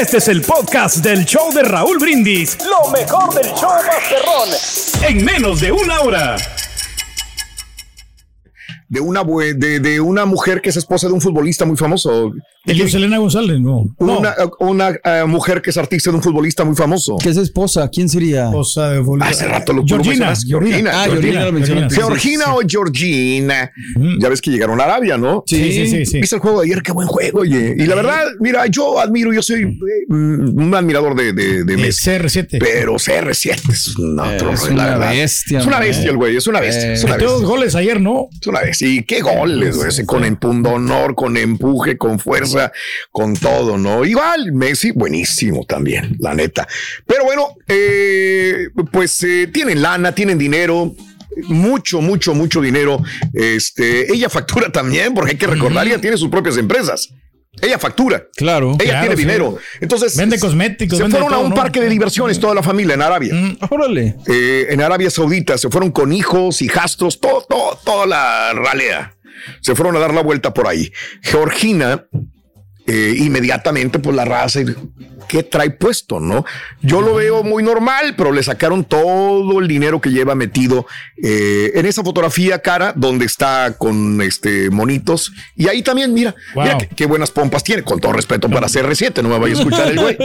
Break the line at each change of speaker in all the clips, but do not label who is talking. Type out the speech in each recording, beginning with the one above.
Este es el podcast del show de Raúl Brindis.
Lo mejor del show Masterrón.
En menos de una hora.
De una, bue- de, de una mujer que es esposa de un futbolista muy famoso.
¿El de Selena González? No.
Una, una, eh, mujer que es artista de un futbolista muy famoso.
¿Qué es esposa? ¿Quién sería?
Cosa de futbolista.
Hace rato lo tú lo
Georgina,
mencionaste,
Georgina.
Georgina.
Ah, Georgina lo mencionaste.
Georgina.
Georgina o Georgina. Ya ves que llegaron a Arabia, ¿no?
Sí, sí, sí. sí.
¿Viste el juego de ayer? Qué buen juego, oye. Y la verdad, mira, yo admiro, yo soy eh, un admirador de, de, de
Eh,
Messi.
CR7.
Pero CR7 es un otro,
Es
la
una
verdad.
bestia,
Es una
man. eh.
bestia el güey, es una bestia. es una
Metió dos
bestia.
goles ayer, ¿no?
Es una bestia. Y qué goles, güey. ese Con honor, con empuje, con fuerza, con todo, ¿no? Igual, Messi, buenísimo también, la neta. Pero bueno, eh, pues eh, tienen lana, tienen dinero. Mucho, mucho, mucho dinero. Este, ella factura también, porque hay que recordar, ella tiene sus propias empresas. Ella factura.
Claro.
Ella
Claro,
tiene
sí.
dinero. Entonces.
Vende cosméticos,
Se
vende
fueron a
todo,
un
¿no?
parque de diversiones toda la familia en Arabia.
Mm, Órale.
Eh, en Arabia Saudita se fueron con hijos, hijastros, todo, todo, toda la ralea. Se fueron a dar la vuelta por ahí. Georgina, eh, inmediatamente, pues la raza, y, ¿qué trae puesto? No, yo lo veo muy normal, pero le sacaron todo el dinero que lleva metido eh, en esa fotografía cara donde está con este monitos. Y ahí también, mira,
Wow.
mira qué, qué buenas pompas tiene, con todo respeto para CR7, no me vaya a escuchar el güey.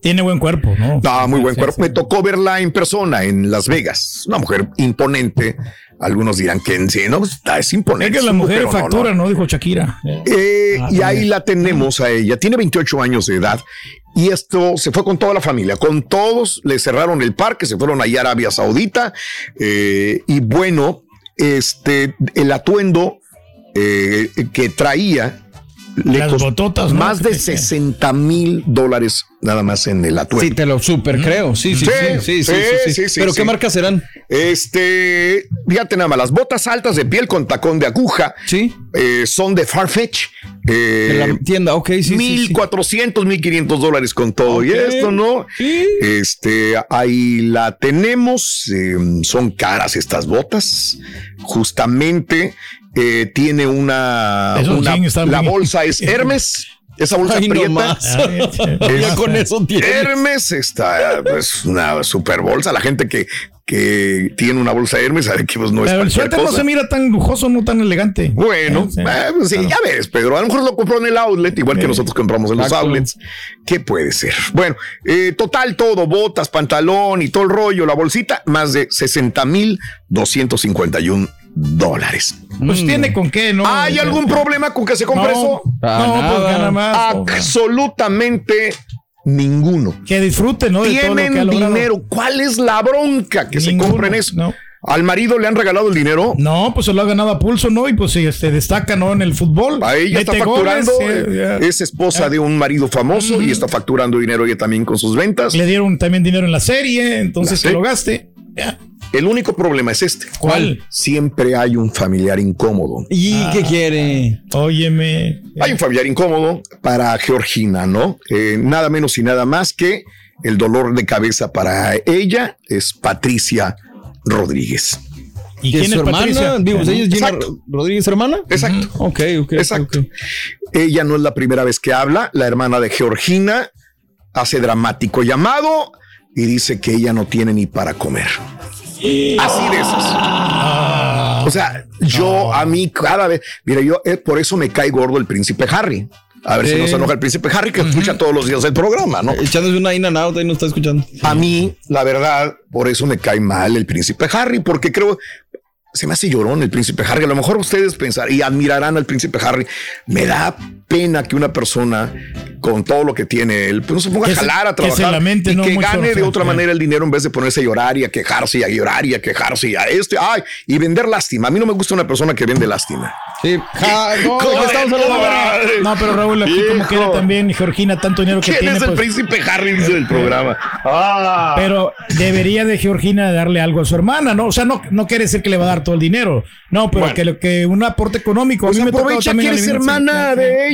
Tiene buen cuerpo, ¿no?
No, Ah, muy buen cuerpo.
eh.
Me tocó verla en persona en Las Vegas. Una mujer imponente. Algunos dirán que en sí, no, pues, está- es
Es que
imponente.
la
es un
mujer
mujerón, no,
factura,
no.
¿no? Dijo Shakira.
Eh,
Ah,
y
también.
ahí la tenemos a ella. Tiene 28 años de edad. Y esto se fue con toda la familia, con todos. Le cerraron el parque, se fueron allá a Arabia Saudita. eh, y bueno, este, el atuendo eh, que traía. Le
Las
costó
bototas, ¿no?
más de 60 mil dólares nada más en el atuendo.
Sí, te lo super creo. Sí, sí,
Sí,
sí. sí, sí, sí,
sí,
sí.
sí, sí,
Pero
sí.
¿qué marcas serán?
Este, fíjate nada más, las botas altas de piel con tacón de aguja
Sí.
eh, son de Farfetch. eh,
De la tienda, ok, sí, sí, sí.
1400, 1500 dólares con todo y
Ok.
esto, ¿no?
Sí.
Este, ahí la tenemos. eh, son caras estas botas. Justamente eh, tiene una.
Eso
una-
sí, está
la
muy-
bolsa es Hermes. Esa bolsa
Ay, no
prieta.
más.
Ah,
Es-
Ya con eso tiene.
Hermes está, es una super bolsa. La gente que, que tiene una bolsa Hermes sabe que pues, no es
Pero el
cualquier
suéter no
cosa.
se mira tan lujoso, no tan elegante.
bueno, eh, pues, sí, ya ves, Pedro. A lo mejor lo compró en el outlet, igual que nosotros compramos en los
Exacto.
outlets. ¿Qué puede ser? Bueno, eh, total todo, botas, pantalón y todo el rollo, la bolsita, más de 60 mil 251 dólares.
Pues tiene con qué, ¿no? Este,
¿Hay algún problema con que se
No,
compre eso?
Para
no, pues
nada.
gana más.
Ah,
hombre.
Absolutamente ninguno.
Que disfrute, ¿no? De todo lo que ha
tienen
logrado.
dinero. ¿Cuál es la bronca que se
Ninguno,
compren eso?
no.
Al marido le han regalado el dinero.
No, pues se lo ha ganado a pulso, ¿no? Y pues sí, este, destaca, ¿no? En el fútbol.
Ahí ya está
Mete goles,
facturando.
eh,
eh, es esposa de un marido famoso y está facturando dinero ella también con sus ventas.
Le dieron también dinero en la serie, entonces
La
que lo gaste. Ya.
El único problema es este.
¿Cuál?
Siempre hay un familiar incómodo.
¿Y qué quiere?
Óyeme.
Hay un familiar incómodo para Georgina, ¿no? Eh, nada menos y nada más que el dolor de cabeza para ella es Patricia Rodríguez.
¿Y
¿Que
quién
su
es
hermana?
Patricia?
Digo,
pues,
ella es Gina
Exacto.
Rodríguez, hermana.
Exacto.
Ujú. Ok, ok.
Exacto.
ok.
Ella no es la primera vez que habla. La hermana de Georgina hace dramático llamado y dice que ella no tiene ni para comer. Así de esas. O sea, yo a mí cada vez, mira, yo eh, por eso me cae gordo el príncipe Harry. A ver si
Sí.
nos enoja el príncipe Harry que escucha todos los días el programa, ¿no?
Echándose una in and out ahí no está escuchando.
A mí, la verdad, por eso me cae mal el príncipe Harry, porque creo se me hace llorón el príncipe Harry. A lo mejor ustedes pensarán y admirarán al príncipe Harry. Me da pena que una persona con todo lo que tiene él, pues no se ponga
Que
a
se-
jalar a
que se
trabajar
lamente,
y
¿no?
que
Mucho,
gane de
sí,
otra
sí.
manera el dinero en vez de ponerse a llorar y a quejarse y a llorar y a quejarse y a este, ay, y vender lástima. A mí no me gusta una persona que vende lástima.
Sí. Ja, no,
¿Cómo
¿de qué
de
estamos hablando?
madre?
No, pero Raúl, aquí como
Hijo.
queda también Georgina, tanto dinero que
¿Quién
tiene.
es el
pues,
príncipe Harry? Dice el programa. Ah.
pero debería de Georgina darle algo a su hermana, ¿no? O sea, no, no quiere decir que le va a dar todo el dinero. No, pero
Bueno.
que, lo- que un aporte económico. A
Pues
mí me ha tocado
aprovecha que
también
eres
aliviarse.
hermana de ella.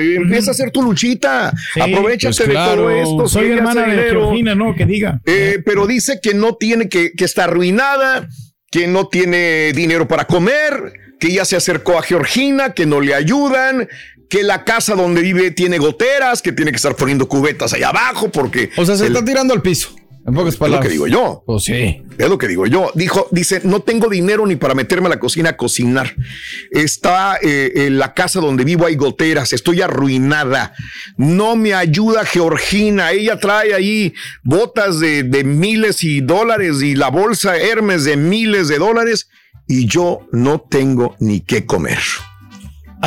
y Empieza a hacer tu luchita.
Sí,
Aprovechate
pues claro.
de todo esto.
Soy
sí,
hermana
hace
de
dinero.
Georgina, ¿no? Que diga.
Eh, pero dice que no tiene, que, que está arruinada, que no tiene dinero para comer, que ya se acercó a Georgina, que no le ayudan, que la casa donde vive tiene goteras, que tiene que estar poniendo cubetas allá abajo porque
O sea, se
el-
está tirando al piso. En pocas
es lo
palabras.
que digo yo.
Pues sí.
Es lo que digo yo. Dijo, dice, no tengo dinero ni para meterme a la cocina a cocinar. Está eh, en la casa donde vivo hay goteras, estoy arruinada. No me ayuda Georgina. Ella trae ahí botas de, de miles y dólares y la bolsa Hermes de miles de dólares y yo no tengo ni qué comer.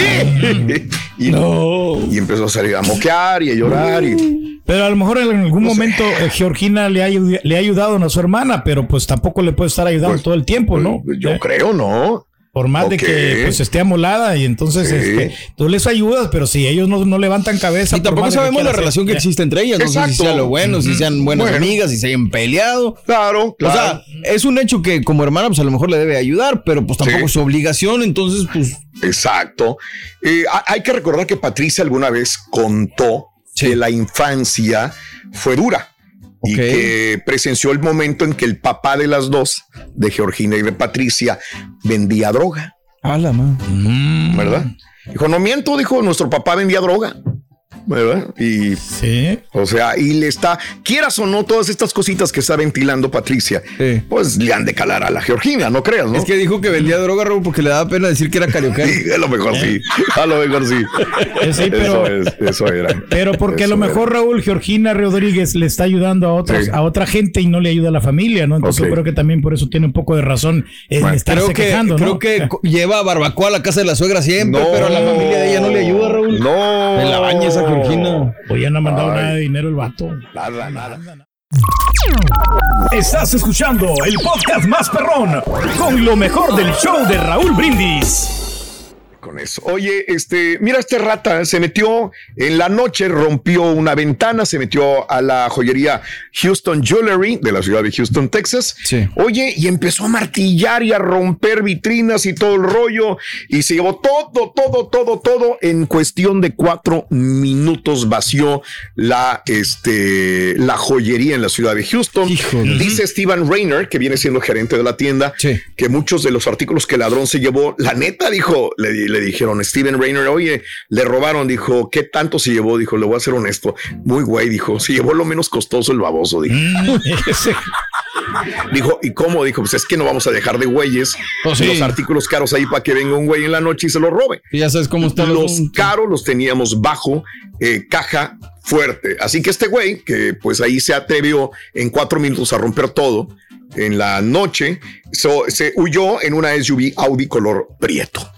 y,
No.
y empezó a salir a moquear y a llorar y
Pero a lo mejor en algún
No sé.
momento eh, Georgina le ha, ayu- le ha ayudado a su hermana, pero pues tampoco le puede estar ayudando
Pues,
todo el tiempo, ¿no?
yo
Eh,
creo, ¿no?
Por más
ok.
de que pues esté amolada y entonces
Sí.
este, tú les ayudas, pero si ellos no, no levantan cabeza.
Y
por
tampoco
más de que
sabemos la
quieras,
relación que
eh,
existe entre ellas. No sé
Exacto.
si sea lo bueno, si sean buenas
Bueno.
amigas, si se hayan peleado.
Claro, claro.
O sea, es un hecho que como hermana, pues a lo mejor le debe ayudar, pero pues tampoco
Sí.
es su obligación. Entonces, pues
Exacto. Eh, ha- hay que recordar que Patricia alguna vez contó que la infancia fue dura y
Ok.
que presenció el momento en que el papá de las dos, de Georgina y de Patricia, vendía droga,
A la
eh,
Mm.
¿verdad? Dijo, no miento, dijo, nuestro papá vendía droga, ¿verdad? Y,
Sí.
o sea, y le está, quieras o no, todas estas cositas que está ventilando Patricia,
Sí.
pues le han de calar a la Georgina, no creas, ¿no?
Es que dijo que vendía droga, Raúl, porque le daba pena decir que era carioca.
Sí, a lo mejor sí, a lo mejor sí.
Eh, sí, pero,
Eso, es, eso era.
pero porque a lo
Eso era.
mejor Raúl Georgina Rodríguez le está ayudando a otros,
Sí.
a otra gente y no le ayuda a la familia, ¿no? Entonces
Ok.
yo creo que también por eso tiene un poco de razón en
Bueno,
estarse
Creo que,
quejando,
creo
¿no?
que co- lleva barbacoa a la casa de la suegra siempre, pero a la familia de ella no le ayuda, Raúl.
No.
En la baña esa Georgina.
Oye, Pues ya no ha mandado
Ay.
nada de dinero el vato.
Nada, nada.
Estás escuchando el podcast más perrón con lo mejor del show de Raúl Brindis.
Con eso. Oye, este, mira este rata, se metió en la noche, rompió una ventana, se metió a la joyería Houston Jewelry de la ciudad de Houston, Texas.
Sí.
Oye, y empezó a martillar y a romper vitrinas y todo el rollo y se llevó todo, todo, todo, todo en cuestión de cuatro minutos vació la, este, la joyería en la ciudad de Houston.
Híjole.
Dice Steven Rainer, que viene siendo gerente de la tienda,
Sí.
que muchos de los artículos que el ladrón se llevó, la neta dijo, le, di- le dijeron Steven Rainer, oye, le robaron, dijo, ¿qué tanto se llevó? Dijo, le voy a ser honesto, muy güey, dijo, se llevó lo menos costoso el baboso, dijo.
Mm.
Dijo, ¿y cómo? Dijo, pues es que no vamos a dejar de güeyes
Pues sí.
los artículos caros ahí para que venga un güey en la noche y se los robe.
Y ya sabes cómo están
Los caros los teníamos bajo eh, caja fuerte. Así que este güey, que pues ahí se atrevió en cuatro minutos a romper todo en la noche, so- se huyó en una SUV Audi color prieto.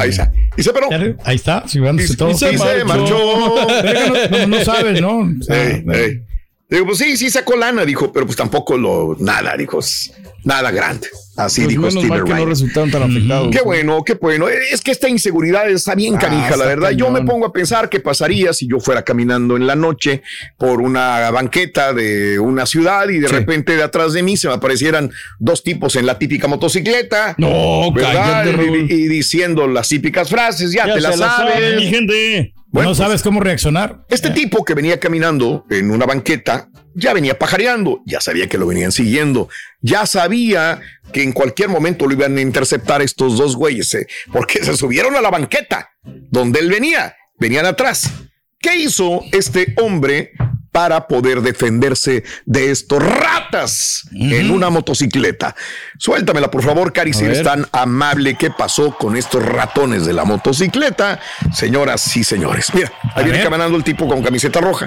Ahí está. Y se paró.
Ahí está,
Y,
llevándose todo.
y se marchó.
Pero que no, no, no sabes, ¿no? O sea,
Ah,
Ey, ey. Digo, pues sí, sí sacó lana, dijo, pero pues tampoco lo, nada, dijo, "s- nada grande. Así
Pues
dijo
menos
Steven
mal que no
Wright.
resultaron tan afectados.
Qué bueno, qué bueno. Es que esta inseguridad está bien
Ah,
canija, la
está
verdad. Yo me
cañón.
pongo a pensar qué pasaría si yo fuera caminando en la noche por una banqueta de una ciudad y de
Sí.
repente de atrás de mí se me aparecieran dos tipos en la típica motocicleta.
No,
¿verdad?
cállate,
Y,
Raúl.
y diciendo las típicas frases, ya, te las sabes.
gente.
Bueno,
no
pues,
sabes cómo reaccionar.
Este tipo que venía caminando en una banqueta ya venía pajareando, ya sabía que lo venían siguiendo, ya sabía que en cualquier momento lo iban a interceptar estos dos güeyes, eh, porque se subieron a la banqueta donde él venía, venían atrás. ¿Qué hizo este hombre para poder defenderse de estos ratas en una motocicleta? Suéltamela, por favor, Cari, si eres
ver.
tan amable. ¿Qué pasó con estos ratones de la motocicleta? Señoras y señores, mira, ahí viene
ver.
caminando el tipo con camiseta roja.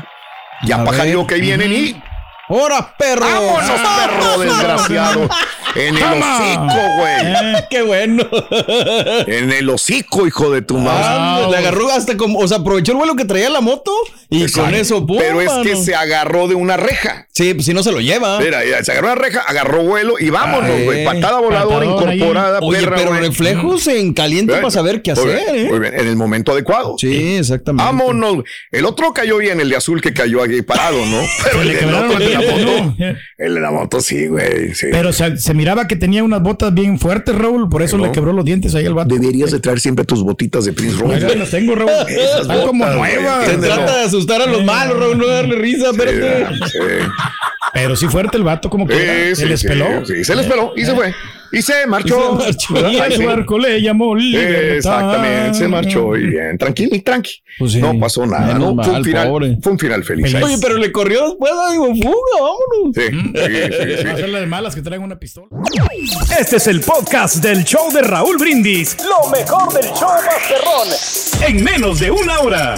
A
Ya pajareó
ver. Mm.
que ahí vienen y
¡Hora, perro!
¡vámonos,
Ah.
perro desgraciado! En el
Toma. Eh,
hocico, güey.
Ah, ¡Qué bueno!
En el hocico, hijo de tu madre.
Ah, le agarró hasta como, o sea, aprovechó el vuelo que traía la moto y con eso, pum,
Pero es que
mano.
se agarró de una reja.
Sí, pues si no se lo lleva.
Mira, mira, se agarró la reja, agarró vuelo y vámonos,
Ay,
güey. Patada voladora
patadón ahí.
incorporada,
eh, Oye,
perra,
pero
güey.
reflejos en caliente
Bueno,
para saber qué
muy
hacer,
bien,
¿eh?
muy bien, en el momento adecuado.
Sí, exactamente.
Vámonos. güey. El otro cayó bien, el de azul que cayó aquí parado, ¿no? Pero el
Le
de la
quebraron
moto, el de la
el
moto,
dedo, ¿no?
el de la moto sí, güey. sí.
Eh, Pero se, se miraba que tenía unas botas bien fuertes, Raúl. Por eso
Pero-
le quebró los dientes ahí al vato.
Deberías de traer siempre tus botitas de Prince Royce.
Acá
güey.
las tengo, Raúl.
Esas
Están como
botas, güey,
nuevas.
Se
entiéndelo.
trata de asustar a los malos, Raúl, no darle risa, espérate.
Eh, Sí, sí.
Pero sí fuerte el vato, como que
Sí,
era. se
sí,
les
sí,
peló.
sí, se les peló y se fue. Y se marchó.
Y se marchó.
Y
Ahí
a
sí.
su barco le llamó libertad.
Exactamente, se marchó y bien, tranquilo y tranqui.
Pues sí.
No pasó nada, ¿no?
Menos
Fue, un
mal,
final,
pobre.
fue un final feliz.
Feliz.
Ahí
Oye, pero le corrió después, digo, fuga, vámonos.
Sí, sí, sí,
Va a
sí.
ser la de malas que traigan una pistola.
Este es el podcast del show de Raúl Brindis
Lo mejor del show Masterrón.
en menos de una hora.